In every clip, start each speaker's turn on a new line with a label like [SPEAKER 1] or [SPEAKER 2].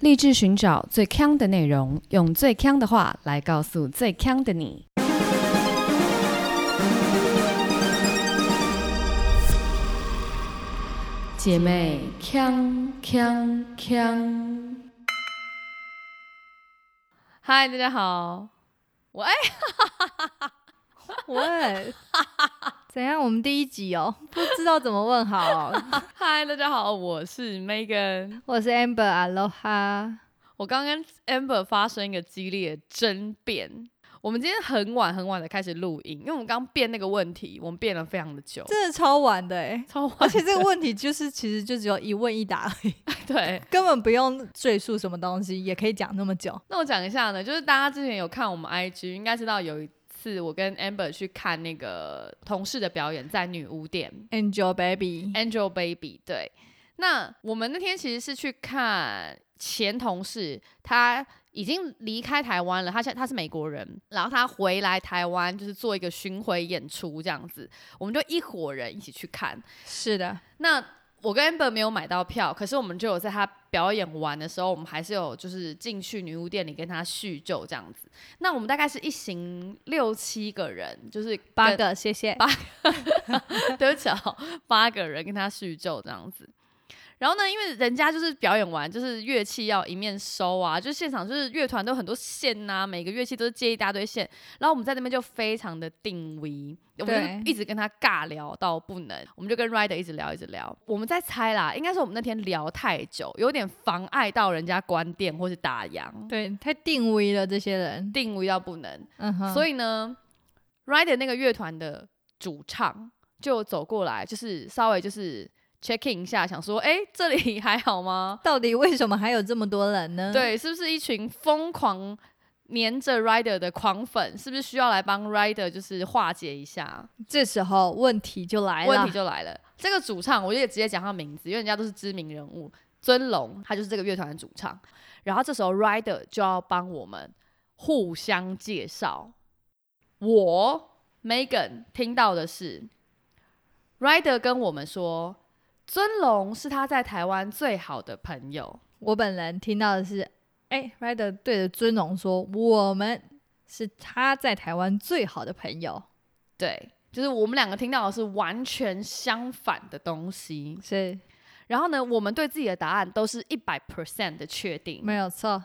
[SPEAKER 1] 立志寻找最强的内容，用最强的话来告诉最强的你。姐妹，强强强！嗨，大家好，喂，
[SPEAKER 2] 喂，怎样？我们第一集哦，不知道怎么问好 哦。
[SPEAKER 1] 嗨，大家好，我是 Megan。
[SPEAKER 2] 我是 Amber，Aloha。
[SPEAKER 1] 我刚跟 Amber 发生一个激烈的争辩。我们今天很晚很晚的开始录音，因为我们刚辩那个问题，我们辩了非常的久，
[SPEAKER 2] 真的超晚的哎，
[SPEAKER 1] 超晚
[SPEAKER 2] 而。且这个问题就是其实就只有一问一答而已，
[SPEAKER 1] 对，
[SPEAKER 2] 根本不用赘述什么东西，也可以讲那么久。
[SPEAKER 1] 那我讲一下呢，就是大家之前有看我们 IG，应该知道有一次我跟 Amber 去看那个同事的表演，在女巫店
[SPEAKER 2] Angel Baby，
[SPEAKER 1] Angel Baby。对，那我们那天其实是去看前同事，他已经离开台湾了，他现他是美国人，然后他回来台湾就是做一个巡回演出这样子，我们就一伙人一起去看。
[SPEAKER 2] 是的，
[SPEAKER 1] 那我跟 Amber 没有买到票，可是我们就有在他表演完的时候，我们还是有就是进去女巫店里跟他叙旧这样子。那我们大概是一行六七个人，就是
[SPEAKER 2] 八
[SPEAKER 1] 跟，
[SPEAKER 2] 个，谢谢。
[SPEAKER 1] 对不起哦，八个人跟他叙旧这样子。然后呢，因为人家就是表演完，就是乐器要一面收啊，就是现场就是乐团都有很多线呐、每个乐器都是接一大堆线。然后我们在那边就非常的定位，我们就
[SPEAKER 2] 对
[SPEAKER 1] 一直跟他尬聊到不能，我们就跟 Rider 一直聊一直聊。我们在猜啦，应该是我们那天聊太久，有点妨碍到人家观点或是打烊，
[SPEAKER 2] 对，太定位了这些人，
[SPEAKER 1] 定位到不能。
[SPEAKER 2] 嗯哼，
[SPEAKER 1] 所
[SPEAKER 2] 以
[SPEAKER 1] 以呢，Rider 那个乐团的主唱就走过来，就是稍微就是 check in 一下，想说，哎、这里 还好吗？
[SPEAKER 2] 到底为什么还有这么多人呢？，
[SPEAKER 1] 对，是不是一群疯狂黏着 Rider 的狂粉？是不是需要来帮 Rider 就是化解一下？
[SPEAKER 2] 这时候问题就来了，
[SPEAKER 1] 问题就来了，这个主唱我就直接讲他名字，因为人家都是知名人物。尊龙他就是这个乐团的主唱，然后这时候 Rider 就要帮我们互相介绍。我 Megan 听到的是 Rider 跟我们说，尊龙是他在台湾最好的朋友。
[SPEAKER 2] 我本人听到的是，哎、r i d e r 对着尊龙说，我们是他在台湾最好的朋友，
[SPEAKER 1] 对，就是我们两个听到的是完全相反的东西。
[SPEAKER 2] 是
[SPEAKER 1] 然后呢，我们对自己的答案都是一百 percent 的确定。
[SPEAKER 2] 没有错。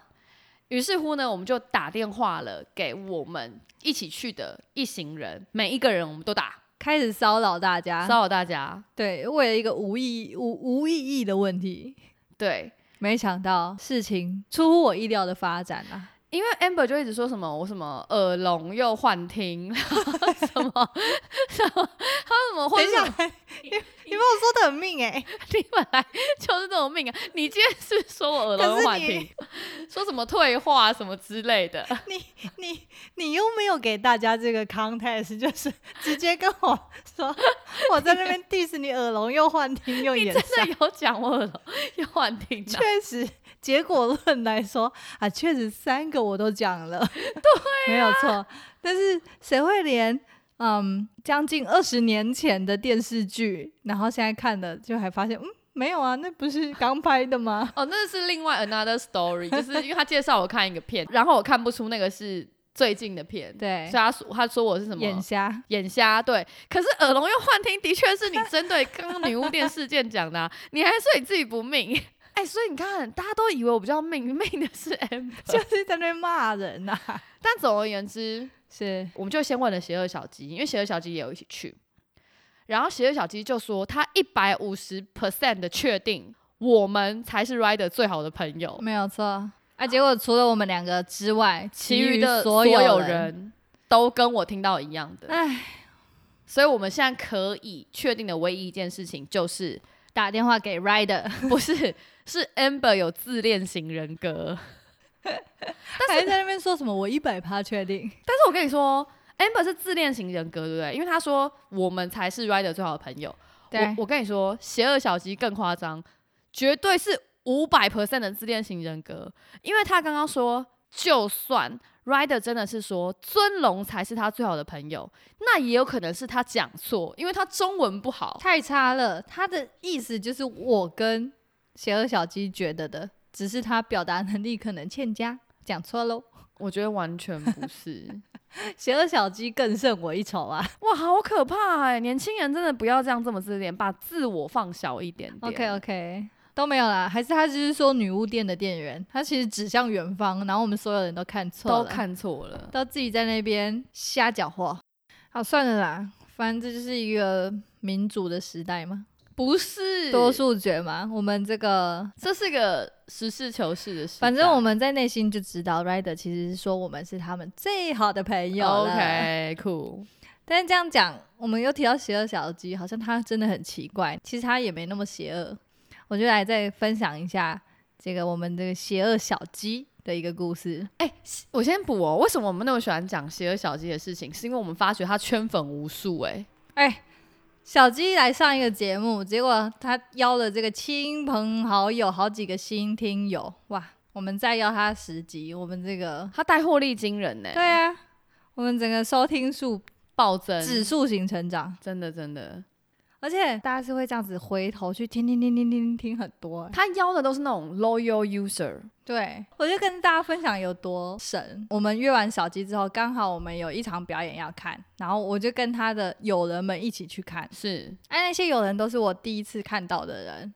[SPEAKER 1] 于是乎呢，我们就打电话了给我们一起去的一行人，每一个人我们都打，
[SPEAKER 2] 开始骚扰大家，
[SPEAKER 1] 骚扰大家。
[SPEAKER 2] 对，为了一个无意无无意义的问题，
[SPEAKER 1] 对，
[SPEAKER 2] 没想到事情出乎我意料的发展 啊！
[SPEAKER 1] 因为 Amber 就一直说什么我什么耳聋又幻听， 什么什么，他说什么，或者
[SPEAKER 2] 等一下
[SPEAKER 1] 是，
[SPEAKER 2] 你把我说的很命哎、
[SPEAKER 1] 你本来就是这种命啊！你今天是说我耳聋又幻听，说什么退化什么之类的，
[SPEAKER 2] 你你又没有给大家这个 context，就是直接跟我说我在那边 diss 你耳聋又幻听又
[SPEAKER 1] 你
[SPEAKER 2] 眼
[SPEAKER 1] 真
[SPEAKER 2] 塞，
[SPEAKER 1] 的有讲我耳聋又幻听的？
[SPEAKER 2] 确实结果论来说啊，确实三个我都讲了，对、啊没有错。但是谁会连嗯将近二十年前的电视剧，然后现在看的就还发现嗯没有啊，那不是刚拍的吗？
[SPEAKER 1] 哦，那是另外 another story，就是因为他介绍我看一个片，然后我看不出那个是最近的片，所
[SPEAKER 2] 对
[SPEAKER 1] 以，他说他说我是什么
[SPEAKER 2] 眼 瞎。
[SPEAKER 1] 眼瞎，对。可是耳聋又幻听，的确是你针对刚刚女巫店事件讲的啊、你还说你自己不命，哎、所以你看，大家都以为我比较命，命的是 M，
[SPEAKER 2] 就是在那边骂人啊呐、
[SPEAKER 1] 但总而言之，
[SPEAKER 2] 是
[SPEAKER 1] 我们就先问了邪恶小鸡，因为邪恶小鸡也有一起去，然后邪恶小鸡就说他一百五十 percent 的确定我们才是 Rider 最好的朋友。
[SPEAKER 2] 没有错啊。结果除了我们两个之外，
[SPEAKER 1] 其余的
[SPEAKER 2] 所
[SPEAKER 1] 有
[SPEAKER 2] 人，
[SPEAKER 1] 人都跟我听到一样的，
[SPEAKER 2] 哎，
[SPEAKER 1] 所以我们现在可以确定的唯一一件事情就是，
[SPEAKER 2] 打电话给 Rider，
[SPEAKER 1] 不是是 Amber 有自恋型人格。
[SPEAKER 2] 还在那边说什么我一百趴确定，
[SPEAKER 1] 但是我跟你说，Amber 是自恋型人格，对不对？因为他说我们才是 Rider 最好的朋友。我我跟你说，邪恶小鸡更夸张，绝对是五百 percent 的自恋型人格，因为他刚刚说，就算 Rider 真的是说尊龙才是他最好的朋友，那也有可能是他讲错，因为他中文不好。
[SPEAKER 2] 太差了。他的意思就是我跟邪恶小鸡觉得的，只是他表达能力可能欠佳，讲错喽。
[SPEAKER 1] 我觉得完全不是。
[SPEAKER 2] 邪恶小鸡更胜我一筹啊。
[SPEAKER 1] 哇，好可怕哎、年轻人真的不要这样这么自恋，把自我放小一点点。
[SPEAKER 2] OK OK，都没有啦，还是他只是说女巫店的店员，他其实指向远方，然后我们所有人都看错了，
[SPEAKER 1] 都看错了。
[SPEAKER 2] 都自己在那边瞎搅和。好，算了啦，反正这就是一个民主的时代嘛，
[SPEAKER 1] 不是
[SPEAKER 2] 多数决嘛。我们这个，
[SPEAKER 1] 这是个实事求是的事。啊
[SPEAKER 2] 反正我们在内心就知道，Rider 其实是说我们是他们最好的朋友了。
[SPEAKER 1] OK cool，
[SPEAKER 2] 但是这样讲，我们又提到邪恶小鸡，好像他真的很奇怪。其实他也没那么邪恶。我就来再分享一下这个我们这个邪恶小鸡的一个故事。
[SPEAKER 1] 哎、我先补哦。为什么我们那么喜欢讲邪恶小鸡的事情？是因为我们发觉他圈粉无数哎、
[SPEAKER 2] 哎、小鸡来上一个节目，结果他邀了这个亲朋好友好几个新听友，哇！我们再邀他十集，我们这个
[SPEAKER 1] 他带获利惊人呢、
[SPEAKER 2] 对啊，我们整个收听数
[SPEAKER 1] 暴增，
[SPEAKER 2] 指数型成长，
[SPEAKER 1] 真的真的。
[SPEAKER 2] 而且大家是会这样子回头去听听听听听听很多、欸。
[SPEAKER 1] 他邀的都是那种 loyal user，
[SPEAKER 2] 对，我就跟大家分享有多神。我们约完小鸡之后，刚好我们有一场表演要看，然后我就跟他的友人们一起去看。
[SPEAKER 1] 是
[SPEAKER 2] 哎，那些友人都是我第一次看到的人，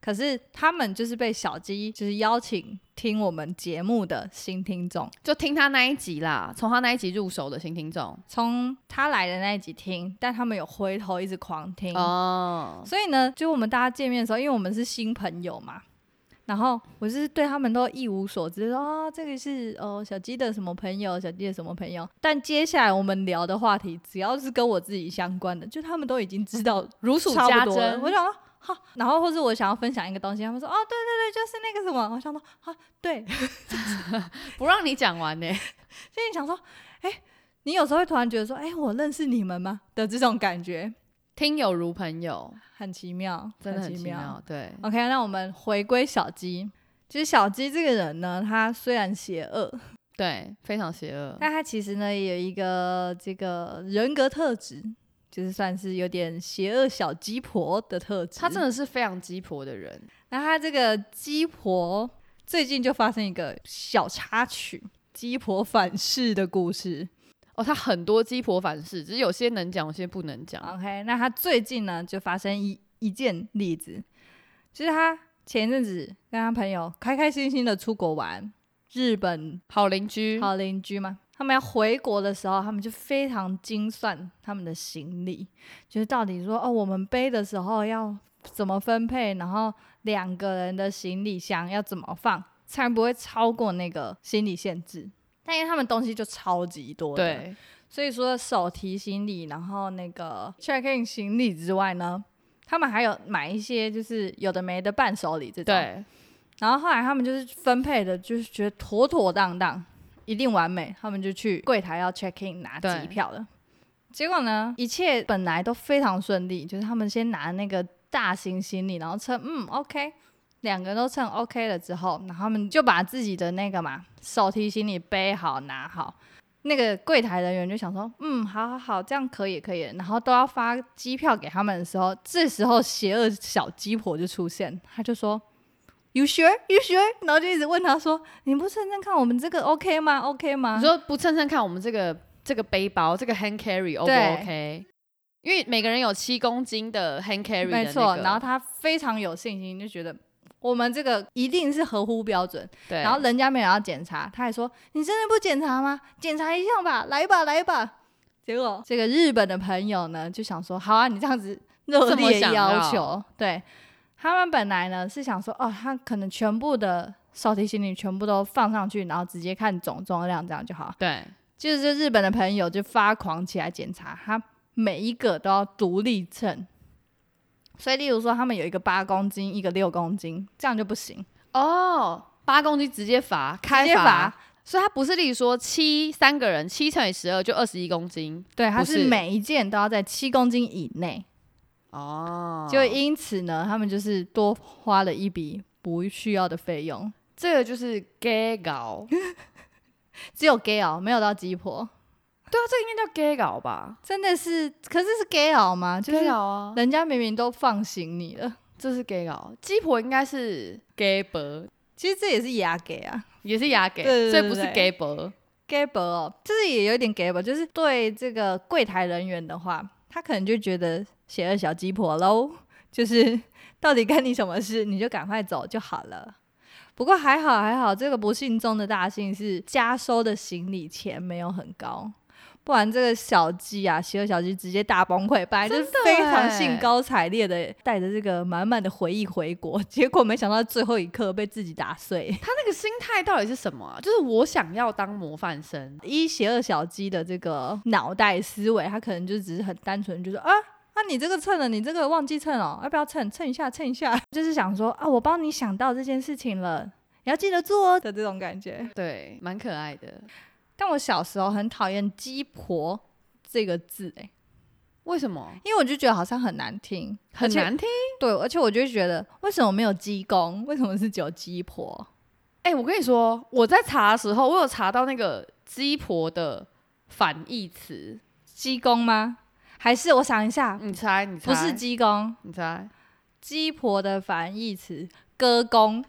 [SPEAKER 2] 可是他们就是被小鸡就是邀请听我们节目的新听众，
[SPEAKER 1] 就听他那一集啦，从他那一集入手的新听众
[SPEAKER 2] 从他来的那一集听，但他们有回头一直狂听。
[SPEAKER 1] 哦，
[SPEAKER 2] 所以呢，就我们大家见面的时候，因为我们是新朋友嘛，然后我就是对他们都一无所知，说啊、这个是哦小鸡的什么朋友，小鸡的什么朋友。但接下来我们聊的话题，只要是跟我自己相关的，就他们都已经知道
[SPEAKER 1] 如数
[SPEAKER 2] 差
[SPEAKER 1] 家
[SPEAKER 2] 不多了
[SPEAKER 1] 珍。
[SPEAKER 2] 我想说。啊好，然后或是我想要分享一个东西，他们说哦，对对对，就是那个什么，我想说啊，对， 所
[SPEAKER 1] 不让你讲完呢、
[SPEAKER 2] 以你想说，哎，你有时候会突然觉得说，哎，我认识你们吗的这种感觉，
[SPEAKER 1] 听友如朋友，
[SPEAKER 2] 很奇妙，
[SPEAKER 1] 真的很
[SPEAKER 2] 奇
[SPEAKER 1] 奇妙。对，
[SPEAKER 2] OK，那我们回归小鸡。其实小鸡这个人呢，他虽然邪恶，
[SPEAKER 1] 嗯对，非常邪恶。
[SPEAKER 2] 但他其实呢也有一个这个人格特质，就是算是有点邪恶小鸡婆的特质。
[SPEAKER 1] 他真，的是非常鸡婆的人，
[SPEAKER 2] 那他这个鸡婆最近就发生一个小插曲，鸡婆反噬的故事。
[SPEAKER 1] 哦，他很多鸡婆反噬，只是有些能讲，有些不能讲。
[SPEAKER 2] OK，那他最近呢就发生一一件例子，就是他前一阵子跟他朋友开开心心的出国玩，日本
[SPEAKER 1] 好邻居，
[SPEAKER 2] 好邻居嘛，他们要回国的时候，他们就非常精算他们的行李，就是到底说哦，我们背的时候要怎么分配，然后两个人的行李箱要怎么放，才不会超过那个行李限制。但因为他们东西就超级多，，
[SPEAKER 1] 对，
[SPEAKER 2] 所以说手提行李，然后那个 check in 行李之外呢，他们还有买一些就是有的没的伴手礼这种，
[SPEAKER 1] 对，
[SPEAKER 2] 然后后来他们就是分配的，就是觉得妥妥当当，一定完美，他们就去柜台要 check in 拿
[SPEAKER 1] 对
[SPEAKER 2] 机票了。结果呢，一切本来都非常顺利，就是他们先拿那个大型行李，然后称嗯 OK，两个人都称 OK 了之后，然后他们就把自己的那个嘛手提行李背好拿好。那个柜台人员就想说，嗯，好好好，这样可以可以。然后都要发机票给他们的时候，这时候邪恶小鸡婆就出现，他就说，You sure? You sure? 然后就一直问他说，你不认真看我们这个 OK 吗？OK 吗？
[SPEAKER 1] 你说不称称看我们这个这个背包，这个 hand carry O 不
[SPEAKER 2] 对
[SPEAKER 1] OK？因为每个人有七公斤的 hand carry，的
[SPEAKER 2] 没错，
[SPEAKER 1] 那个
[SPEAKER 2] 然后他非常有信心，就觉得我们这个一定是合乎标准。
[SPEAKER 1] 对，
[SPEAKER 2] 然后人家没有要检查，他还说：“你真的不检查吗？检查一下吧，来吧，来吧。”结果这个日本的朋友呢，就想说：“好啊，你这样子热
[SPEAKER 1] 这么
[SPEAKER 2] 烈
[SPEAKER 1] 想
[SPEAKER 2] 要
[SPEAKER 1] 要
[SPEAKER 2] 求，对他们本来呢是想说，哦，他可能全部的手提行李全部都放上去，然后直接看总重量这样就好。
[SPEAKER 1] 对，
[SPEAKER 2] 就是这日本的朋友就发狂起来检查，他每一个都要独立称。所以，例如说，他们有一个八公斤，一个六公斤，这样就不行，
[SPEAKER 1] 哦，八公斤直接罚，
[SPEAKER 2] 直
[SPEAKER 1] 开
[SPEAKER 2] 接罚。
[SPEAKER 1] 所以它不是，例如说七三个人，七乘以十二就二十一公斤
[SPEAKER 2] 对，它
[SPEAKER 1] 不
[SPEAKER 2] 是
[SPEAKER 1] 是
[SPEAKER 2] 每一件都要在七公斤以内，
[SPEAKER 1] 哦
[SPEAKER 2] 就
[SPEAKER 1] 就
[SPEAKER 2] 因此呢，他们就是多花了一笔不需要的费用。
[SPEAKER 1] 这个就是 gay 搞，对
[SPEAKER 2] 只有 gay 哦，没有到鸡婆，
[SPEAKER 1] 啊，这个应该叫 gay 搞吧
[SPEAKER 2] 真的是，可是是 gay 哦吗？就是
[SPEAKER 1] ？gay 搞啊，
[SPEAKER 2] 人家明明都放行你了，
[SPEAKER 1] 这是 gay 搞，鸡婆应该是 gay 伯，
[SPEAKER 2] 其实这也是牙给啊
[SPEAKER 1] 也是牙给，
[SPEAKER 2] 对对
[SPEAKER 1] 所以
[SPEAKER 2] 对
[SPEAKER 1] 不是
[SPEAKER 2] 对
[SPEAKER 1] gay 博。
[SPEAKER 2] g a b 哦，就是也有一点 g a b 就是对这个柜台人员的话，他可能就觉得邪恶小鸡婆喽， 就是到底干你什么事，你就赶快走就好了。不过还好还好，这个不幸中的大幸是加收的行李钱没有很高。不然这个小鸡啊，邪恶小鸡直接大崩溃，本来就是
[SPEAKER 1] 真的
[SPEAKER 2] 非常
[SPEAKER 1] 欸
[SPEAKER 2] 兴高采烈的，带着这个满满的回忆回国，结果没想到最后一刻被自己打碎。
[SPEAKER 1] 他那个心态到底是什么啊？就是我想要当模范生，
[SPEAKER 2] 一邪恶小鸡的这个脑袋思维，他可能就只是很单纯，就说啊。啊，你这个蹭了，你这个忘记蹭哦，要不要蹭？蹭一下，蹭一下， 就是想说啊，我帮你想到这件事情了，你要记得做哦的这种感觉。
[SPEAKER 1] 对，蛮可爱的。
[SPEAKER 2] 但我小时候很讨厌“鸡婆”这个字、欸，
[SPEAKER 1] 为什么？
[SPEAKER 2] 因为我就觉得好像很难听，
[SPEAKER 1] 很
[SPEAKER 2] 而且
[SPEAKER 1] 难听。
[SPEAKER 2] 对，而且我就觉得为什么没有鸡公，为什么是只有鸡婆？
[SPEAKER 1] 哎、我跟你说，我在查的时候，我有查到那个鸡婆的反义词。
[SPEAKER 2] 鸡公吗？还是我想一下，
[SPEAKER 1] 嗯你猜，你猜，
[SPEAKER 2] 不是鸡公，
[SPEAKER 1] 你猜，
[SPEAKER 2] 鸡婆的反义词“歌公”，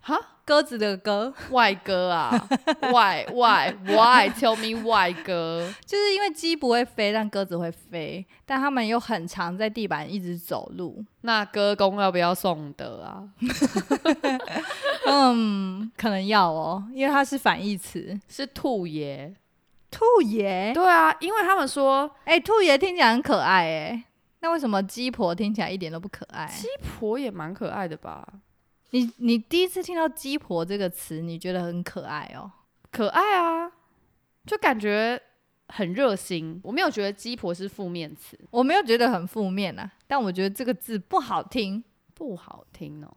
[SPEAKER 1] 哈，
[SPEAKER 2] 鸽子的鸽，
[SPEAKER 1] 外哥 啊，why why why，tell me why 哥，
[SPEAKER 2] 就是因为鸡不会飞，但鸽子会飞，但它们又很常在地板一直走路。
[SPEAKER 1] 那哥公要不要送的啊？
[SPEAKER 2] 嗯，可能要哦，因为它是反义词。
[SPEAKER 1] 是兔爷。
[SPEAKER 2] 兔爷，
[SPEAKER 1] 对啊，因为他们说
[SPEAKER 2] 哎、兔爷听起来很可爱哎，那为什么鸡婆听起来一点都不可爱？
[SPEAKER 1] 鸡婆也蛮可爱的吧。
[SPEAKER 2] 你你第一次听到鸡婆这个词，你觉得很可爱哦？
[SPEAKER 1] 可爱啊，就感觉很热心。我没有觉得鸡婆是负面词，
[SPEAKER 2] 我没有觉得很负面啊，但我觉得这个字不好听。
[SPEAKER 1] 不好听哦。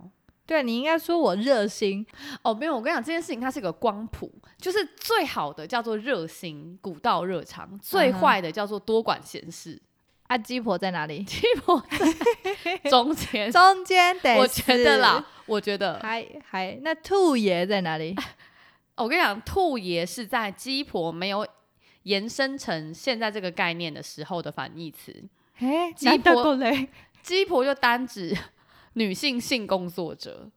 [SPEAKER 2] 对啊你应该说我热心，
[SPEAKER 1] 哦，没有，我跟你讲，这件事情它是一个光谱，就是最好的叫做热心、古道热肠，最
[SPEAKER 2] 嗯哼
[SPEAKER 1] 坏的叫做多管闲 事。
[SPEAKER 2] 啊，鸡婆在哪里？
[SPEAKER 1] 鸡婆在中 间，
[SPEAKER 2] 中间得
[SPEAKER 1] 我觉得
[SPEAKER 2] 是
[SPEAKER 1] 啦，我觉得，
[SPEAKER 2] 还还那兔爷在哪 里？
[SPEAKER 1] 哦我跟你讲，兔爷是在鸡婆没有延伸成现在这个概念的时候的反义词，
[SPEAKER 2] 哎，
[SPEAKER 1] 鸡婆
[SPEAKER 2] 嘞？
[SPEAKER 1] 鸡婆就单指 女性性工作者。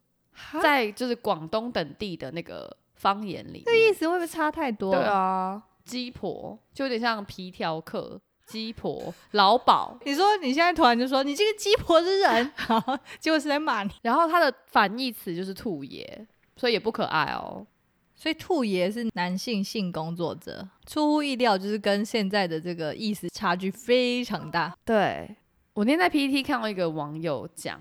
[SPEAKER 2] 在
[SPEAKER 1] 在就是广东等地的那个方言里面，
[SPEAKER 2] 这意思会不会差太多？
[SPEAKER 1] 对啊，鸡婆就有点像皮条客、鸡婆、老鸨，
[SPEAKER 2] 你说你现在突然就说你这个鸡婆之 人，然后结果是在骂你，
[SPEAKER 1] 然后它的反义词就是兔爷，所以也不可爱哦。
[SPEAKER 2] 所以兔爷是男性性工作者，出乎意料，就是跟现在的这个意思差距非常大。
[SPEAKER 1] 对，我那天在 PPT 看到一个网友讲，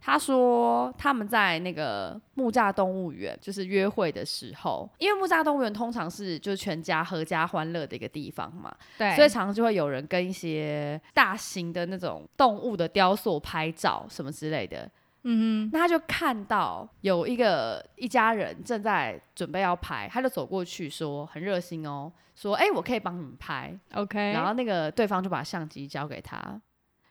[SPEAKER 1] 他说他们在那个木栅动物园就是约会的时候，因为木栅动物园通常是就是全家合家欢乐的一个地方嘛，
[SPEAKER 2] 对
[SPEAKER 1] 所以常常就会有人跟一些大型的那种动物的雕塑拍照什么之类的。
[SPEAKER 2] 嗯哼，
[SPEAKER 1] 那他就看到有一个一家人正在准备要拍，他就走过去说很热心哦，说哎、我可以帮你们拍。
[SPEAKER 2] ，OK，
[SPEAKER 1] 然后那个对方就把相机交给他，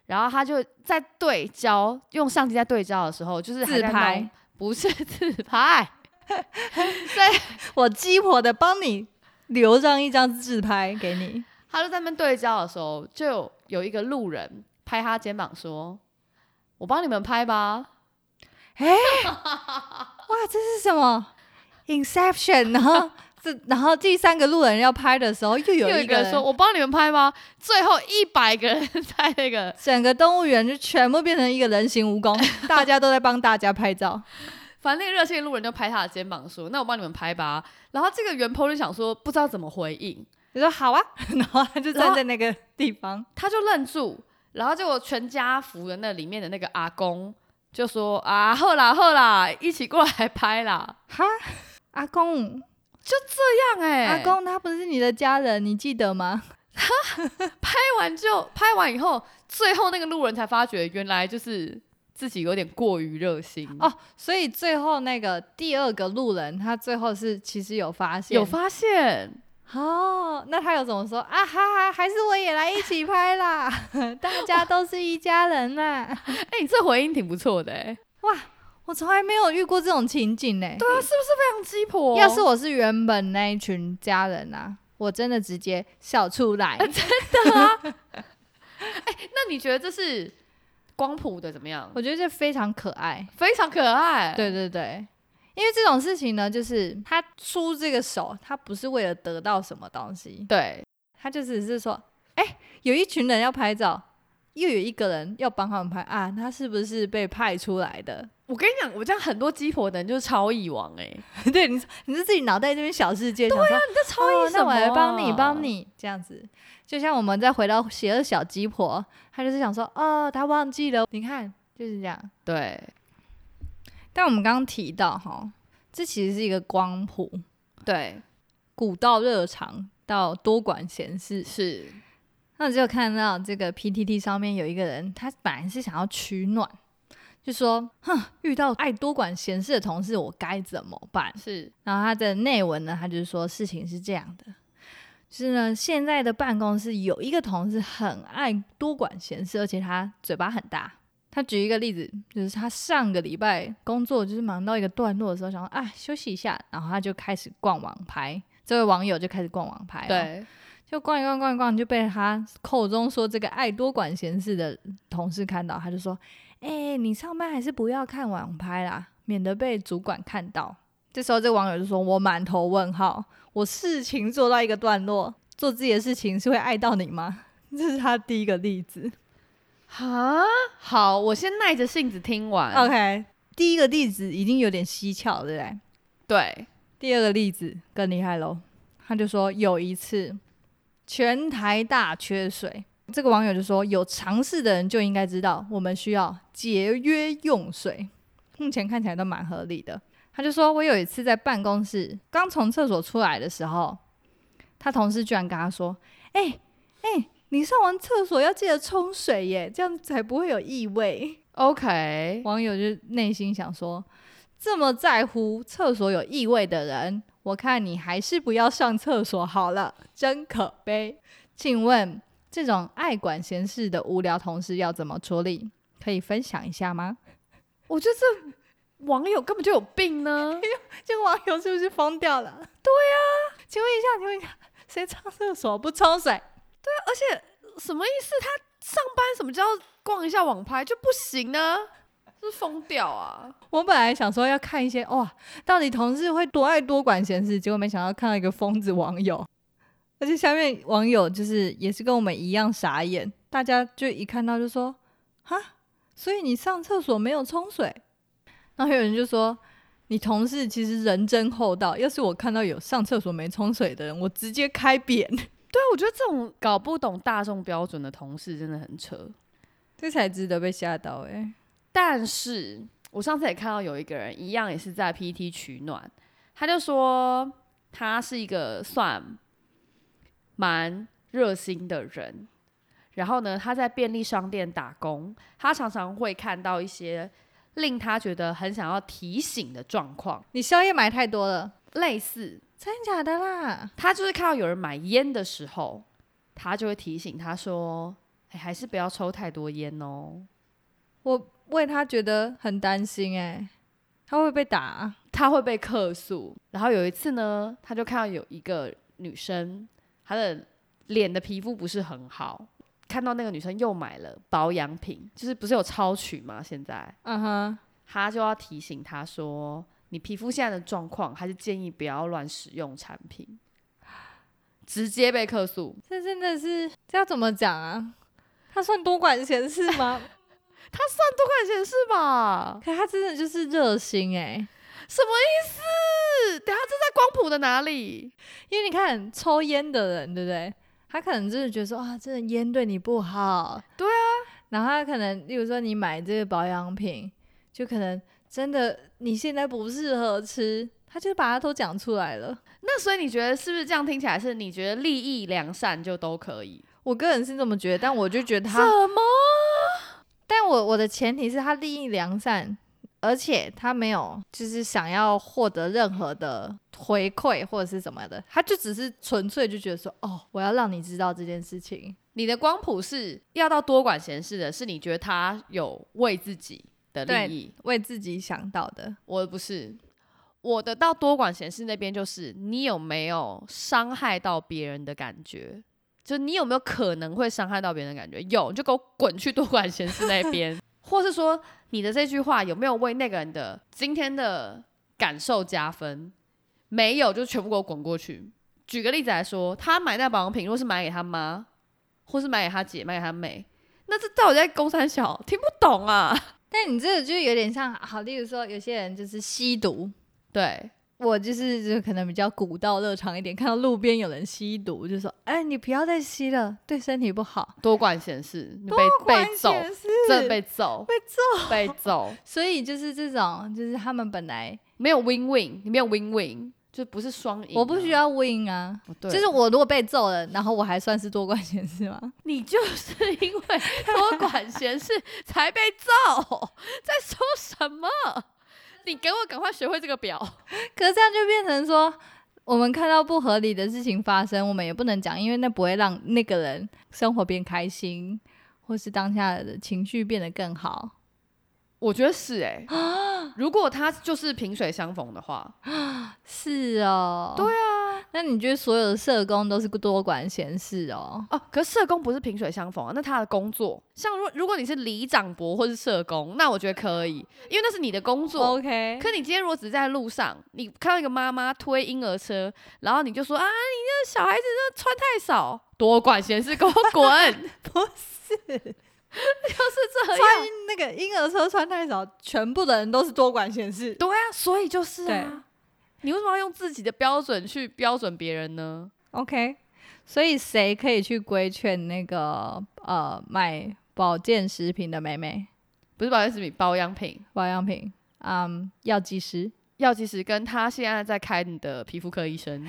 [SPEAKER 1] 然后他就在对焦，用相机在对焦的时候，就是还
[SPEAKER 2] 自
[SPEAKER 1] 在弄
[SPEAKER 2] 拍，
[SPEAKER 1] 不是 自拍，
[SPEAKER 2] 我鸡婆的帮你留上一张自拍给你，
[SPEAKER 1] 他就在那边对焦的时候，就有有一个路人拍他肩膀说：“我帮你们拍吧。”
[SPEAKER 2] 哇，这是什么？Inception，然 后这然后第三个路人要拍的时候，又有
[SPEAKER 1] 又有
[SPEAKER 2] 一
[SPEAKER 1] 一
[SPEAKER 2] 个
[SPEAKER 1] 个人说：“我帮你们拍吗？”最后一百个人在那个，
[SPEAKER 2] 整个动物园就全部变成一个人形蜈蚣， 大家都在帮大家拍照。
[SPEAKER 1] 反正那个热线路人就拍他的肩膀说：“那我帮你们拍吧。”然后这个袁鹏就想说，不知道怎么回应，
[SPEAKER 2] 你说好啊， 然后他就
[SPEAKER 1] 然
[SPEAKER 2] 站
[SPEAKER 1] 后
[SPEAKER 2] 在那个地方，
[SPEAKER 1] 他就愣住，然后结果全家福的那里面的那个阿公就说：“啊，后啦后啦，一起过来拍 啦。
[SPEAKER 2] 哈，阿公，”
[SPEAKER 1] 这样哎、
[SPEAKER 2] 阿公他不是你的家人，你记得吗？
[SPEAKER 1] 拍完就拍完以后，最后那个路人才发觉，原来就是自己有点过于热心
[SPEAKER 2] 哦，所以最后那个第二个路人，他最后是其实有发现，
[SPEAKER 1] 有发现。
[SPEAKER 2] 哦，那他有怎么说啊？哈哈，还是我也来一起拍 啦，大家都是一家人啦。
[SPEAKER 1] 哎、你这回应挺不错的哎、
[SPEAKER 2] 哇，我从来没有遇过这种情景呢、
[SPEAKER 1] 对啊，是不是非常鸡婆？
[SPEAKER 2] 要是我是原本那一群家人啊，我真的直接笑出来。
[SPEAKER 1] 那你觉得这是光谱的怎么样？
[SPEAKER 2] 我觉得这非常可爱，
[SPEAKER 1] 非常可爱。
[SPEAKER 2] 对对对，因为这种事情呢，就是他出这个手，他不是为了得到什么东西，
[SPEAKER 1] 对，
[SPEAKER 2] 他就只是说，哎、有一群人要拍照，又有一个人要帮他们拍啊，他是不是被派出来的？
[SPEAKER 1] 我跟你讲，我这样很多鸡婆的人就是超意王哎、
[SPEAKER 2] 对，你你是自己脑袋这边小世界，对呀、
[SPEAKER 1] 你这超
[SPEAKER 2] 哦
[SPEAKER 1] 意，什
[SPEAKER 2] 那
[SPEAKER 1] 么、啊
[SPEAKER 2] 我来帮你，帮
[SPEAKER 1] 你。
[SPEAKER 2] 你这样子。就像我们再回到邪恶小鸡婆，她就是想说，哦，她忘记了，你看就是这样。
[SPEAKER 1] 对，
[SPEAKER 2] 但我们刚刚提到哈，这其实是一个光谱，
[SPEAKER 1] 对，
[SPEAKER 2] 古道热肠到多管闲事。
[SPEAKER 1] 是，
[SPEAKER 2] 那我就看到这个 PTT 上面有一个人，他本来是想要取暖，就说，哼，遇到爱多管闲事的同事，我该怎么办？
[SPEAKER 1] 是，
[SPEAKER 2] 然后他的内文呢，他就是说事情是这样的，就是呢，现在的办公室有一个同事很爱多管闲事，而且他嘴巴很大。他举一个例子，就是他上个礼拜工作就是忙到一个段落的时候，想说啊休息一下，然后他就开始逛网拍。这位网友就开始逛网拍、，哦
[SPEAKER 1] 对，
[SPEAKER 2] 就逛一逛逛一逛，就被他口中说这个爱多管闲事的同事看到，他就说：“哎、你上班还是不要看网拍啦，免得被主管看到。”这时候，这个网友就说：“我满头问号，我事情做到一个段落，做自己的事情是会爱到你吗？” 这是他第一个例子。
[SPEAKER 1] 哈，哦好，我先耐着性子听完。
[SPEAKER 2] OK，第一个例子已经有点蹊跷，对不对？
[SPEAKER 1] 对，
[SPEAKER 2] 第二个例子更厉害喽，他就说有一次全台大缺水，这个网友就说有常识的人就应该知道，我们需要节约用水。目前看起来都蛮合理的。他就说，我有一次在办公室刚从厕所出来的时候，他同事居然跟他说：“哎、哎、你上完厕所要记得冲水耶，这样才不会有异味。”
[SPEAKER 1] OK，
[SPEAKER 2] 网友就内心想说：这么在乎厕所有异味的人，我看你还是不要上厕所好了，真可悲。请问这种爱管闲事的无聊同事要怎么处理？可以分享一下吗？
[SPEAKER 1] 我觉得这网友根本就有病 呢。
[SPEAKER 2] 这个网友是不是疯掉了？对呀、请问一下，请问一下，谁上厕所不冲水？
[SPEAKER 1] 而且什么意思？他上班什么叫逛一下网拍就不行啊呢？是不是疯掉啊！
[SPEAKER 2] 我本来想说要看一些哇，到底同事会多爱多管闲事，结果没想到看到一个疯子网友，而且下面网友就是也是跟我们一样傻眼，大家就一看到就说啊，所以你上厕所没有冲水，然后有人就说你同事其实人真厚道，要是我看到有上厕所没冲水的人，我直接开扁，
[SPEAKER 1] 对啊，我觉得这种搞不懂大众标准的同事真的很扯。
[SPEAKER 2] 这才值得被吓到哎、
[SPEAKER 1] 但是我上次也看到有一个人一样也是在 PT 取暖，他就说他是一个算蛮热心的人，然后呢，他在便利商店打工，他常常会看到一些令他觉得很想要提醒的状况，
[SPEAKER 2] 你宵夜买太多了，
[SPEAKER 1] 类似
[SPEAKER 2] 真假的啦？
[SPEAKER 1] 他就是看到有人买烟的时候，他就会提醒他说：“哎、还是不要抽太多烟哦。
[SPEAKER 2] 我为他觉得很担心哎、他会被打、啊。”
[SPEAKER 1] 他会被客诉。然后有一次呢，他就看到有一个女生，她的脸的皮肤不是很好，看到那个女生又买了保养品，就是不是有超取吗？现在
[SPEAKER 2] 嗯哼，
[SPEAKER 1] 他就要提醒她说：“你皮肤现在的状况，还是建议不要乱使用产品。”直接被客诉，
[SPEAKER 2] 这真的是这要怎么讲啊？他算多管闲事吗？
[SPEAKER 1] 不关显是吧？
[SPEAKER 2] 可他真的就是热心哎、
[SPEAKER 1] 什么意思？等下这在光谱的哪里？
[SPEAKER 2] 因为你看抽烟的人，对不对？他可能真的觉得说啊，真的烟对你不好，
[SPEAKER 1] 对
[SPEAKER 2] 啊。然后他可能，例如说你买这个保养品，就可能真的你现在不适合吃，他就把它都讲出来了。
[SPEAKER 1] 那所以你觉得是不是这样听起来是你觉得利益良善就都可以？
[SPEAKER 2] 我个人是这么觉得，但我就觉得他
[SPEAKER 1] 什么？
[SPEAKER 2] 但我我的前提是他利益良善，而且他没有就是想要获得任何的回馈或者是什么的，他就只是纯粹就觉得说，哦，我要让你知道这件事情。
[SPEAKER 1] 你的光谱是要到多管闲事的，是你觉得他有为自己的利益，
[SPEAKER 2] 为自己想到的，
[SPEAKER 1] 我的不是。我的到多管闲事那边就是你有没有伤害到别人的感觉，就你有没有可能会伤害到别人的感觉，有你就给我滚去多管 闲事那边，或是说你的这句话有没有为那个人的今天的感受加分，没有就全部给我滚过去。举个例子来说，他买那保养品，如果是买给他妈，或是买给他姐、买给他妹，那这到底在公三小？听不懂啊！
[SPEAKER 2] 但你这个就有点像，好，例如说有些人就是吸毒，
[SPEAKER 1] 对，
[SPEAKER 2] 我就是就可能比较古道热肠一点，看到路边有人吸毒，就说：“哎，你不要再吸了，对身体不好。
[SPEAKER 1] 多管闲事，你被
[SPEAKER 2] 关
[SPEAKER 1] 被揍，
[SPEAKER 2] 键是”
[SPEAKER 1] 真的被揍，
[SPEAKER 2] 被
[SPEAKER 1] 揍， 被揍，
[SPEAKER 2] 所以就是这种，就是他们本来
[SPEAKER 1] 没有 win win，你没有 win win，就不是双赢啊、
[SPEAKER 2] 我不需要 win 啊，
[SPEAKER 1] 哦，对
[SPEAKER 2] 就是我如果被揍了，然后我还算是多管闲事吗？
[SPEAKER 1] 你就是因为多管闲 事才被揍，在说什么？你给我赶快学会这个表。
[SPEAKER 2] 可是这样就变成说，我们看到不合理的事情发生，我们也不能讲，因为那不会让那个人生活变开心，或是当下的情绪变得更好。
[SPEAKER 1] 我觉得是 哎、如果他就是萍水相逢的话，
[SPEAKER 2] 是哦，
[SPEAKER 1] 对
[SPEAKER 2] 啊。那你觉得所有的社工都是多管闲事哦？
[SPEAKER 1] 哦、可是社工不是萍水相逢啊，那他的工作，像如如果你是里长伯或是社工，那我觉得可以，因为那是你的工作。
[SPEAKER 2] OK，
[SPEAKER 1] 可你今天如果只是在路上，你看到一个妈妈推婴儿车，然后你就说啊，你这小孩子这穿太少，多管闲事，给 我滚！
[SPEAKER 2] 不是
[SPEAKER 1] 就是这样。
[SPEAKER 2] 穿那个婴儿车穿太少，全部的人都是多管闲事。
[SPEAKER 1] 对啊，所以就是
[SPEAKER 2] 对
[SPEAKER 1] 啊，你为什么要用自己的标准去标准别人呢？
[SPEAKER 2] OK，所以谁可以去规劝那个呃买保健食品的妹妹？
[SPEAKER 1] 不是保健食品，保养品，
[SPEAKER 2] 保养品，嗯，药剂 师，
[SPEAKER 1] 药剂师跟他现在在开你的皮肤科医生，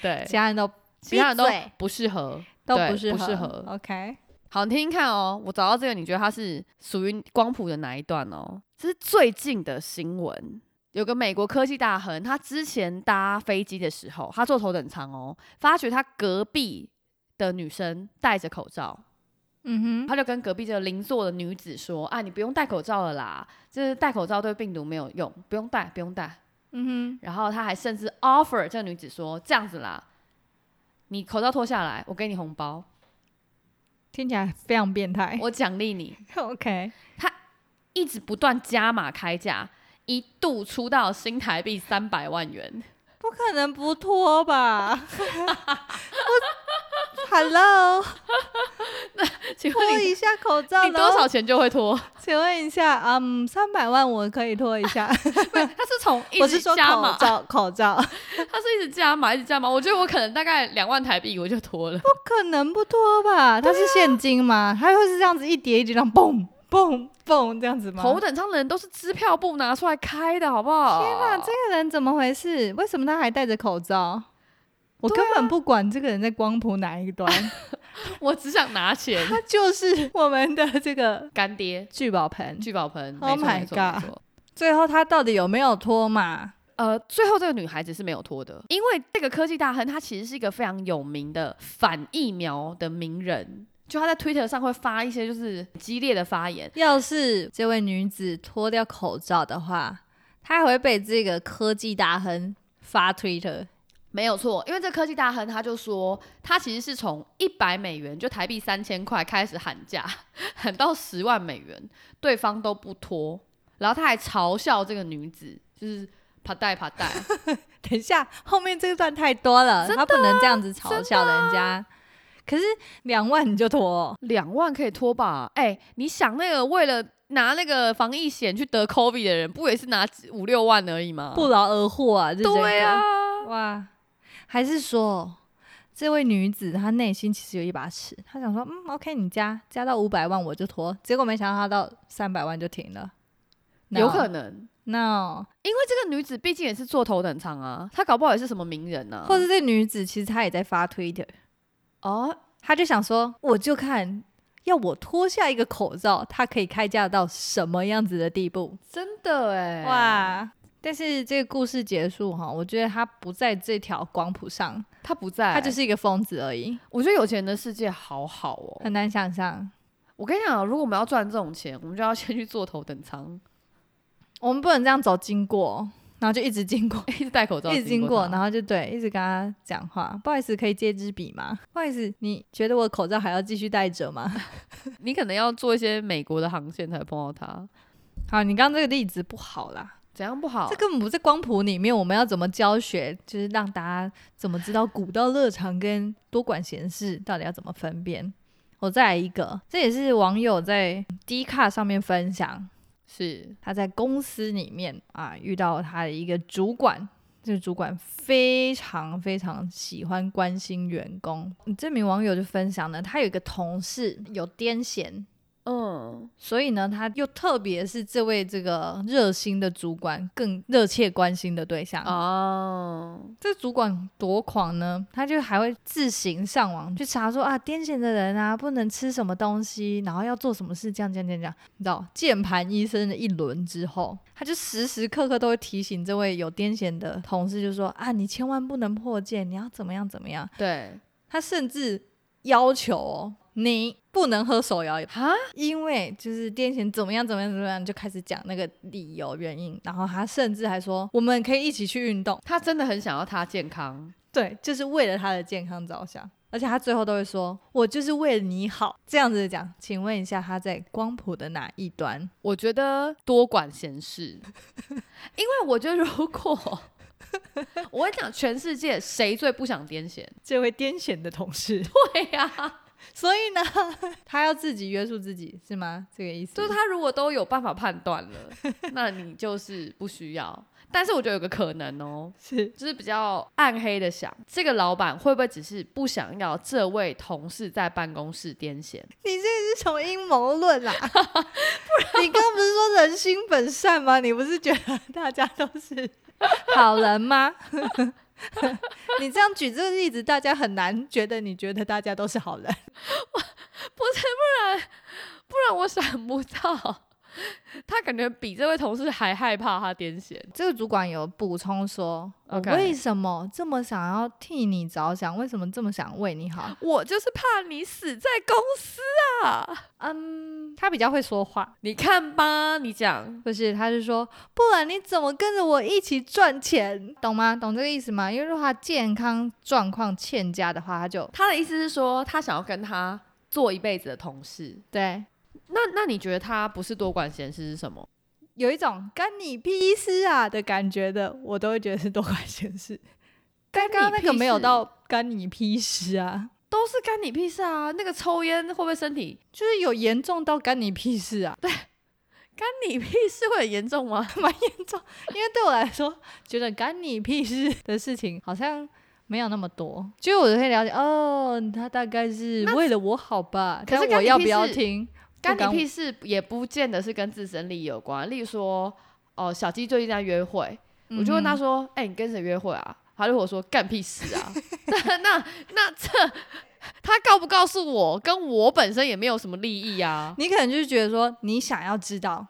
[SPEAKER 1] 对，
[SPEAKER 2] 其他人都
[SPEAKER 1] 其他人都
[SPEAKER 2] 闭嘴
[SPEAKER 1] 不适合。
[SPEAKER 2] 都
[SPEAKER 1] 对
[SPEAKER 2] 不适合，
[SPEAKER 1] 不适合
[SPEAKER 2] OK，
[SPEAKER 1] 好，你听听看哦，我找到这个，你觉得它是属于光谱的哪一段哦？这是最近的新闻。有个美国科技大亨，他之前搭飞机的时候，他坐头等舱哦，发觉他隔壁的女生戴着口罩，
[SPEAKER 2] 嗯哼，
[SPEAKER 1] 他就跟隔壁这个邻座的女子说：“啊，你不用戴口罩了啦，就是戴口罩对病毒没有用，不用戴，不用戴。
[SPEAKER 2] 嗯”
[SPEAKER 1] 然后他还甚至 offer 这个女子说：“这样子啦，你口罩脱下来，我给你红包，
[SPEAKER 2] 哼，听起来非常变态。
[SPEAKER 1] 我奖励你。
[SPEAKER 2] OK，”
[SPEAKER 1] 一直不断加码开价，一度出到新台币三百万元。
[SPEAKER 2] 不可能不脱吧我？Hello，
[SPEAKER 1] 请
[SPEAKER 2] 脱
[SPEAKER 1] 问你
[SPEAKER 2] 一下口罩
[SPEAKER 1] 你多
[SPEAKER 2] 咯？
[SPEAKER 1] 少钱就会 脱？
[SPEAKER 2] 请问一下，嗯，三百万我可以脱一下？
[SPEAKER 1] 他是从啊一
[SPEAKER 2] 我是
[SPEAKER 1] 直
[SPEAKER 2] 说
[SPEAKER 1] 加
[SPEAKER 2] 口
[SPEAKER 1] 码，
[SPEAKER 2] 罩，口罩，
[SPEAKER 1] 他是一直加码，一直加码。我觉得我可能大概两万台币我就脱了。
[SPEAKER 2] 不可能不脱吧？它是现金吗？它会是这样子一叠一叠这样蹦蹦蹦这样子吗？
[SPEAKER 1] 头等舱的人都是支票部拿出来开的，好不好？
[SPEAKER 2] 天哪，这个人怎么回事？为什么他还戴着口罩？我根本不管这个人在光谱哪一端，
[SPEAKER 1] 我只想拿钱。
[SPEAKER 2] 他 就是我们的这个
[SPEAKER 1] 干爹
[SPEAKER 2] 聚宝盆。
[SPEAKER 1] 聚宝盆
[SPEAKER 2] Oh
[SPEAKER 1] 没错
[SPEAKER 2] my
[SPEAKER 1] 没错没错。
[SPEAKER 2] 最后他到底有没有脱嘛？
[SPEAKER 1] 呃，最后这个女孩子是没有脱的，因为这个科技大亨他其实是一个非常有名的反疫苗的名人，就他在 Twitter 上会发一些就是激烈的发言。
[SPEAKER 2] 要是这位女子脱掉口罩的话，她还会被这个科技大亨发 Twitter。
[SPEAKER 1] 没有错，因为这科技大亨他就说，他其实是从一百美元，就台币三千块开始喊价，喊到十万美元，对方都不脱，然后他还嘲笑这个女子，就是 啪带啪带，
[SPEAKER 2] 等一下，后面这段太多了，
[SPEAKER 1] 真
[SPEAKER 2] 他不能这样子嘲笑人家。可是两万你就脱哦、
[SPEAKER 1] 两万可以脱吧？哎、你想那个为了拿那个防疫险去得 COVID 的人，不也是拿五六万而已吗？
[SPEAKER 2] 不，劳而获啊！就这
[SPEAKER 1] 对
[SPEAKER 2] 个
[SPEAKER 1] 啊，
[SPEAKER 2] 哇，还是说这位女子她内心其实有一把尺，她想说，嗯，OK，你加加到五百万我就脱，结果没想到她到三百万就停了，
[SPEAKER 1] 有可能。
[SPEAKER 2] no，,
[SPEAKER 1] 因为这个女子毕竟也是坐头等舱啊，她搞不好也是什么名人啊，
[SPEAKER 2] 或者这女子其实她也在发推特，
[SPEAKER 1] 哦，
[SPEAKER 2] 她就想说，我就看要我脱下一个口罩，她可以开价到什么样子的地步，
[SPEAKER 1] 真的哎、，
[SPEAKER 2] 哇！但是这个故事结束哈，我觉得她不在这条光谱上，
[SPEAKER 1] 她不在，
[SPEAKER 2] 她就是一个疯子而已，
[SPEAKER 1] 我觉得有钱人的世界好好哦、
[SPEAKER 2] 很难想象。
[SPEAKER 1] 我跟你讲啊，如果我们要赚这种钱，我们就要先去坐头等舱，
[SPEAKER 2] 我们不能这样走经过，然后就一直经 过，
[SPEAKER 1] 一直戴口罩，
[SPEAKER 2] 一直经过，然
[SPEAKER 1] 后
[SPEAKER 2] 后就对，一直跟他讲话。不好意思，可以借支笔吗？不好意思，你觉得我口罩还要继续戴着吗？
[SPEAKER 1] 你可能要做一些美国的航线才碰到他。
[SPEAKER 2] 好，你刚刚这个例子不好啦，
[SPEAKER 1] 怎样不好？
[SPEAKER 2] 这根本不在光谱里面。我们要怎么教学，就是让大家怎么知道古道热肠跟多管闲事到底要怎么分辨？我再来一个，这也是网友在 D 卡上面分享，
[SPEAKER 1] 是
[SPEAKER 2] 他在公司里面啊遇到他的一个主管，这个主管非常非常喜欢关心员工。这名网友就分享呢，他有一个同事有癫痫，
[SPEAKER 1] 嗯，
[SPEAKER 2] 所以呢，他又特别是这位这个热心的主管更热切关心的对象。
[SPEAKER 1] 哦，
[SPEAKER 2] 这主管多狂呢，他就还会自行上网去查说啊，癫痫的人啊不能吃什么东西，然后要做什么事，这样这样这样这样，你知道，键盘医生了一轮之后，他就时时刻刻都会提醒这位有癫痫的同事，就说啊，你千万不能破戒，你要怎么样怎么样。
[SPEAKER 1] 对，
[SPEAKER 2] 他甚至要求、哦、你不能喝手摇饮。
[SPEAKER 1] 哈，
[SPEAKER 2] 因为就是癫痫怎么样怎么样怎么样，就开始讲那个理由原因，然后他甚至还说我们可以一起去运动，
[SPEAKER 1] 他真的很想要他健康，
[SPEAKER 2] 对，就是为了他的健康着想，而且他最后都会说我就是为了你好这样子讲，请问一下他在光谱的哪一端？
[SPEAKER 1] 我觉得多管闲事， 因为我觉得如果 我跟你讲，全世界谁最不想癫痫？
[SPEAKER 2] 这位癫痫的同事，
[SPEAKER 1] 对呀、
[SPEAKER 2] 所以呢， 他要自己约束自己是吗？这个意思？
[SPEAKER 1] 就是他如果都有办法判断 了，那你就是不需要。但是我觉得有个可能哦，
[SPEAKER 2] 是
[SPEAKER 1] 就是比较暗黑的想，这个老板会不会只是不想要这位同事在办公室癫痫？
[SPEAKER 2] 你这是什么阴谋论 啊？你刚刚不是说人心本善吗？你不是觉得大家都 是好人吗？ 你这样举这个例子，大家很难觉得你觉得大家都是好人。
[SPEAKER 1] 不是，不然不然我想不到。他感觉比这位同事还害怕他癫痫，
[SPEAKER 2] 这个主管有补充说
[SPEAKER 1] OK
[SPEAKER 2] 我为什么这么想要替你着想？为什么这么想为你好？
[SPEAKER 1] 我就是怕你死在公司啊！
[SPEAKER 2] 嗯， 他比较会说话，
[SPEAKER 1] 你看吧，你讲
[SPEAKER 2] 就是他是说，不然你怎么跟着我一起赚钱？懂吗？懂这个意思吗？因为如果他健康状况欠佳的话，他就
[SPEAKER 1] 他的意思是说，他想要跟他做一辈子的同事。
[SPEAKER 2] 对
[SPEAKER 1] 那那你觉得他不是多管闲事是什么？
[SPEAKER 2] 有一种干你屁事啊的感觉的，我都会觉得是多管闲事。刚刚那个没有到干你屁事啊，
[SPEAKER 1] 都是干你屁事啊！那个抽烟会不会身体
[SPEAKER 2] 就是有严重到干你屁事啊，
[SPEAKER 1] 干你屁事会很严重吗？
[SPEAKER 2] 蛮严重。因为对我来说，觉得干你屁事的事情好像没有那么多，就是我可以了解哦，他大概是为了我好吧。
[SPEAKER 1] 可
[SPEAKER 2] 但
[SPEAKER 1] 是
[SPEAKER 2] 我
[SPEAKER 1] 干你
[SPEAKER 2] 要
[SPEAKER 1] 屁
[SPEAKER 2] 不要
[SPEAKER 1] 事
[SPEAKER 2] 听？不
[SPEAKER 1] 干
[SPEAKER 2] 干
[SPEAKER 1] 你屁事也不见得是跟自身利益有关。例如说，哦，小鸡最近在约会，我就问他
[SPEAKER 2] 说，
[SPEAKER 1] 说：“哎、你跟谁约会啊？”他就和我说：“干屁事啊！” 那那那这他告不告诉我，跟我本身也没有什么利益啊。
[SPEAKER 2] 你可能就是觉得说，你想要知道，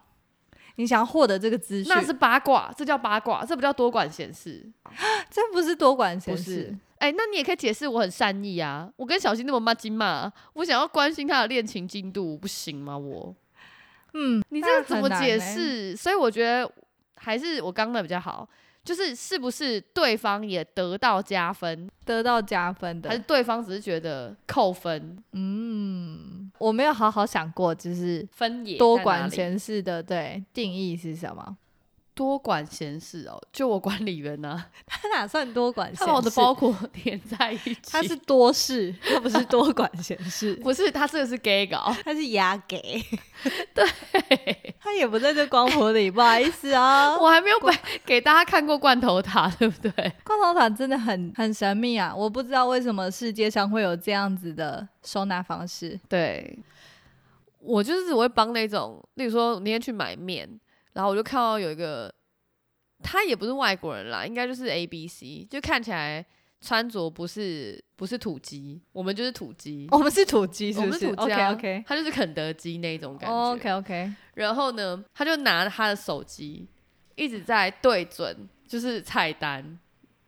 [SPEAKER 2] 你想要获得这个资讯，
[SPEAKER 1] 那是八卦，这叫八卦，这不叫多管闲事，
[SPEAKER 2] 这不是多管
[SPEAKER 1] 不
[SPEAKER 2] 闲
[SPEAKER 1] 是
[SPEAKER 2] 事。？
[SPEAKER 1] 哎、那你也可以解释我很善意啊。我跟小新那么骂金骂，我想要关心他的恋情进度，不行吗？我
[SPEAKER 2] 嗯，
[SPEAKER 1] 你这
[SPEAKER 2] 那
[SPEAKER 1] 个怎
[SPEAKER 2] 很
[SPEAKER 1] 么
[SPEAKER 2] 难
[SPEAKER 1] 解
[SPEAKER 2] 欸？
[SPEAKER 1] 释？所以我觉得还是我刚刚的比较好，就是是不是对方也得到加分，
[SPEAKER 2] 得到加分
[SPEAKER 1] 还是
[SPEAKER 2] 的，
[SPEAKER 1] 对方只是觉得扣分
[SPEAKER 2] 嗯，我没有好好想过，就是
[SPEAKER 1] 分野
[SPEAKER 2] 多
[SPEAKER 1] 在哪
[SPEAKER 2] 管
[SPEAKER 1] 里
[SPEAKER 2] 闲事的对定义是什么？
[SPEAKER 1] 多管闲事哦，就我管理员呢、啊
[SPEAKER 2] 他哪算多管闲事？
[SPEAKER 1] 他把我的包裹 连在一起，，
[SPEAKER 2] 他是多事，他不是多管闲事
[SPEAKER 1] 不是他这个是 gay 搞？
[SPEAKER 2] 他是牙给。 对，他也不在这光谱里，不好意思啊、
[SPEAKER 1] 我还没有给 给大家看过罐头塔，对不对？
[SPEAKER 2] 光头塔真的很很神秘啊！我不知道为什么世界上会有这样子的收纳方式。
[SPEAKER 1] 对，我就是只会帮那种，例如说我那天去买面，然后我就看到有一个，他也不是外国人啦，应该就是 A B C，就看起来穿着不是不是土鸡，我们就是土鸡。
[SPEAKER 2] 我们是土鸡，是
[SPEAKER 1] 哦我
[SPEAKER 2] 不
[SPEAKER 1] 们是土鸡
[SPEAKER 2] OK
[SPEAKER 1] 啊哦
[SPEAKER 2] OK
[SPEAKER 1] 他就是肯德基那种感觉。
[SPEAKER 2] OK OK，
[SPEAKER 1] 然后呢，他就拿他的手机一直在对准，就是菜单，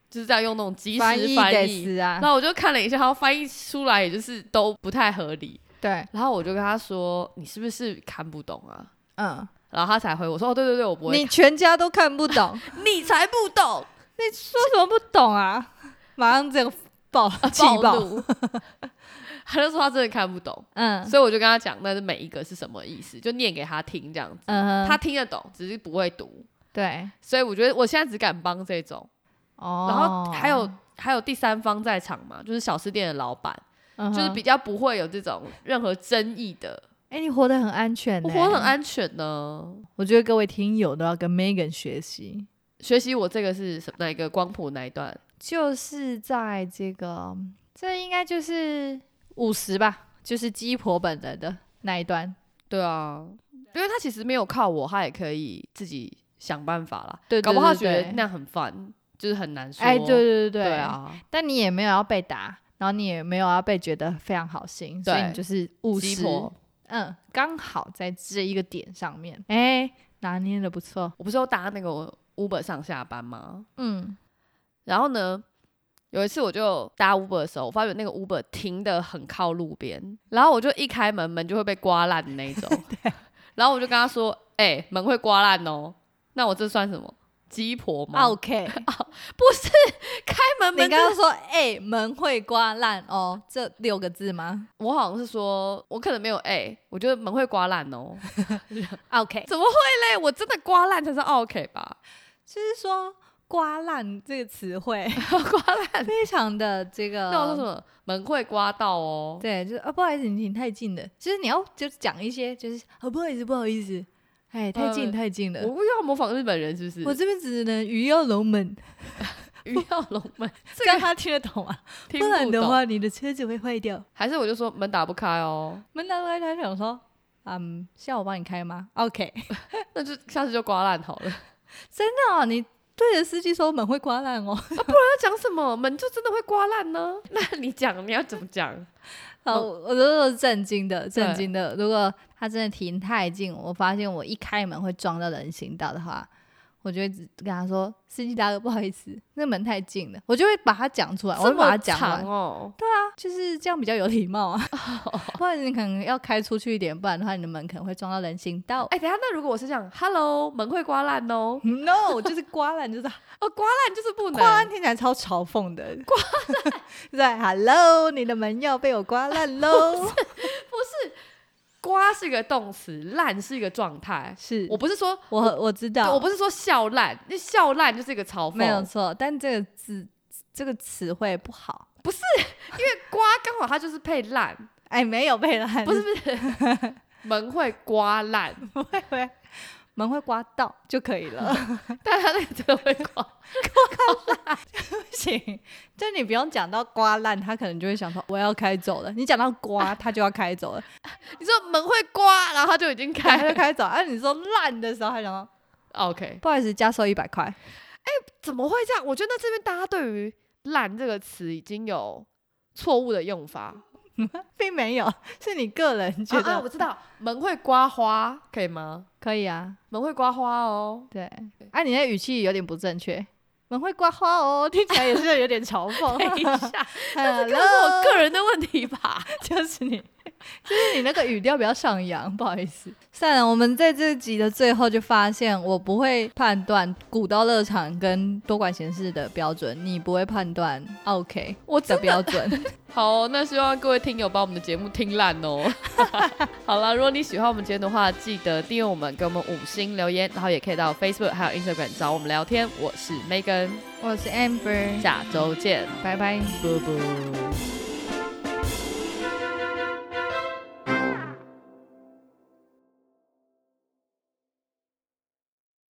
[SPEAKER 1] 就是在用那种即时翻
[SPEAKER 2] 译
[SPEAKER 1] 译。
[SPEAKER 2] 得死啊
[SPEAKER 1] 然！后我就看了一下，他翻译出来也就是都不太合理。
[SPEAKER 2] 对，
[SPEAKER 1] 然后我就跟他说：“你是不是看不懂啊
[SPEAKER 2] 嗯，？”
[SPEAKER 1] 然后他才回我说：“哦，对对对，我不会
[SPEAKER 2] 你全家都看不懂，
[SPEAKER 1] 看。你才不 懂，
[SPEAKER 2] 你 说什么不懂啊？呃马上这个爆气
[SPEAKER 1] 暴
[SPEAKER 2] 爆，
[SPEAKER 1] 怒。” 他就说他真的看不懂，
[SPEAKER 2] 嗯
[SPEAKER 1] 所以我就跟他讲，那是每一个是什么意思，就念给他听这样子。
[SPEAKER 2] 嗯哼，
[SPEAKER 1] 他听得懂，只是不会读。
[SPEAKER 2] 对，
[SPEAKER 1] 所以我觉得我现在只敢帮这种。
[SPEAKER 2] 哦，
[SPEAKER 1] 然后还有还有第三方在场嘛，就是小吃店的老板，
[SPEAKER 2] 嗯哼，
[SPEAKER 1] 就是比较不会有这种任何争议的，
[SPEAKER 2] 哎、你活得很安全、欸
[SPEAKER 1] 我活得很，安全呢。
[SPEAKER 2] 我觉得各位听友都要跟 Megan 学习，
[SPEAKER 1] 学习我这个是什哪一个光谱哪一段？
[SPEAKER 2] 就是在这个，这应该就是五十吧，就是鸡婆本人的那一段，
[SPEAKER 1] 对啊，因为他其实没有靠我，他也可以自己想办法啦。
[SPEAKER 2] 对对
[SPEAKER 1] 搞不好他
[SPEAKER 2] 对
[SPEAKER 1] 觉得
[SPEAKER 2] 对
[SPEAKER 1] 那样很烦，就是很难说。
[SPEAKER 2] 哎，对对对
[SPEAKER 1] 对
[SPEAKER 2] 对，
[SPEAKER 1] 啊，
[SPEAKER 2] 但你也没有要被打，然后你也没有要被觉得非常好心，所以
[SPEAKER 1] 对
[SPEAKER 2] 你就是务
[SPEAKER 1] 鸡
[SPEAKER 2] 实，
[SPEAKER 1] 婆，
[SPEAKER 2] 嗯，刚好在这一个点上面，哎、拿捏的不错，
[SPEAKER 1] 我不是有搭那个 Uber 上下班吗？
[SPEAKER 2] 嗯，
[SPEAKER 1] 然后呢，有一次我就搭 Uber 的时候，我发觉那个 Uber 停的很靠路边，然后我就一开门，门就会被刮烂的那 一种。然后我就跟他说：“哎、门会刮烂哦，那我这算什么？鸡婆吗？
[SPEAKER 2] ，OK，
[SPEAKER 1] 不是，开门
[SPEAKER 2] 哦你刚
[SPEAKER 1] 门真
[SPEAKER 2] 刚
[SPEAKER 1] 的，
[SPEAKER 2] 说哎、门会刮烂哦，这六个字吗
[SPEAKER 1] 我好像是说，我可能没有哎、我觉得门会刮烂哦。
[SPEAKER 2] ？OK，
[SPEAKER 1] 怎么会嘞？我真的刮烂才是 OK 吧？
[SPEAKER 2] 就是说刮烂这个词汇
[SPEAKER 1] 刮烂，
[SPEAKER 2] 非常的这个，
[SPEAKER 1] 那我说什么？门会刮到哦。
[SPEAKER 2] 对，就是啊，不好意思，你挺太近了，就是你要就讲一些就是啊，不好意思，不好意思，哎，太近
[SPEAKER 1] 呃
[SPEAKER 2] 太近了
[SPEAKER 1] 我，不要模仿日本人是不
[SPEAKER 2] 我
[SPEAKER 1] 是？
[SPEAKER 2] 这边只能鱼跃龙门，
[SPEAKER 1] 鱼跃龙 门，
[SPEAKER 2] 这样他听得懂啊，
[SPEAKER 1] 听
[SPEAKER 2] 不然
[SPEAKER 1] 不
[SPEAKER 2] 的
[SPEAKER 1] 懂。
[SPEAKER 2] 话你的车子会坏掉。
[SPEAKER 1] 还是我就说门打不开哦，
[SPEAKER 2] 门打开，他想说，嗯，下午帮你开吗？OK，
[SPEAKER 1] 那就下次就刮烂 好了。
[SPEAKER 2] 那你对着司机说门会刮烂哦，
[SPEAKER 1] 要讲什么？门就真的会刮烂呢？ 那你讲，你要怎么讲？
[SPEAKER 2] 好，
[SPEAKER 1] 嗯
[SPEAKER 2] 我都是震惊的，震惊的。如果他真的停太近，我发现我一开门会撞到人行道的话，我就会只跟他说：“司机大哥，不好意思，那门太近了。”我就会把它讲出来，我
[SPEAKER 1] 这
[SPEAKER 2] 会把
[SPEAKER 1] 么
[SPEAKER 2] 它讲完
[SPEAKER 1] 长，哦，
[SPEAKER 2] 就是这样比较有礼貌啊。 不然你可能要开出去一点，不然的话你的门可能会撞到人行道。
[SPEAKER 1] 哎、等一下，那如果我是讲 “hello”，门会刮烂哦，
[SPEAKER 2] No，就是刮烂，就是
[SPEAKER 1] 哦，刮烂就是不能，
[SPEAKER 2] 刮烂，听起来超嘲讽的。刮烂， 对，Hello，你的门要被我刮烂喽。
[SPEAKER 1] 不是刮是一个动词，烂是一个状 态。
[SPEAKER 2] 是
[SPEAKER 1] 我不是说，
[SPEAKER 2] 我我知道，
[SPEAKER 1] 我不是说笑烂，那笑烂就是一个嘲讽，
[SPEAKER 2] 没有错，但这个字这个词汇不好。
[SPEAKER 1] 刮刚好它就是配烂，
[SPEAKER 2] 哎，没有被烂，
[SPEAKER 1] 不是不是， 门会刮烂，
[SPEAKER 2] 不会不会，门会刮到就可以了。
[SPEAKER 1] 但它那个真的会刮。
[SPEAKER 2] 不行，就你不用讲到刮烂，他可能就会想说我要开走了。你讲到刮，他就要开走 了，
[SPEAKER 1] 你说门会刮，然后它就已经开
[SPEAKER 2] 他
[SPEAKER 1] 了
[SPEAKER 2] 就。开走。啊，你说烂的时候，他想说
[SPEAKER 1] OK，
[SPEAKER 2] 不好意思，加收一百块。
[SPEAKER 1] 怎么会这样？我觉得这边大家对于“烂”这个词已经有错误的用法。
[SPEAKER 2] 并没有，是你个人觉
[SPEAKER 1] 啊
[SPEAKER 2] 得、
[SPEAKER 1] 啊，我知道，门会刮花，可以吗？
[SPEAKER 2] 可以啊。
[SPEAKER 1] 门会刮花哦。
[SPEAKER 2] 对，啊，你的语气有点不正确。门会刮花 哦， 听起来也是有点嘲讽。
[SPEAKER 1] 等一 下，
[SPEAKER 2] 但
[SPEAKER 1] 这个是我个人的问题吧？
[SPEAKER 2] 就是你，就是你那个语调比较上扬，不好意思。算了，我们在这集的最后就发现，我不会判断古道热场跟多管闲事的标准，你不会判断 OK
[SPEAKER 1] 我
[SPEAKER 2] 的
[SPEAKER 1] 真的
[SPEAKER 2] 标准。
[SPEAKER 1] 好哦、那希望各位听友把我们的节目听烂哦。 好了，如果你喜欢我们节目的话，记得订阅我们，给我们五星留言，然后也可以到 Facebook 还有 Instagram 找我们聊天。我是 Megan，
[SPEAKER 2] 我是 Amber，
[SPEAKER 1] 下周见，
[SPEAKER 2] 拜拜。
[SPEAKER 1] 啵啵。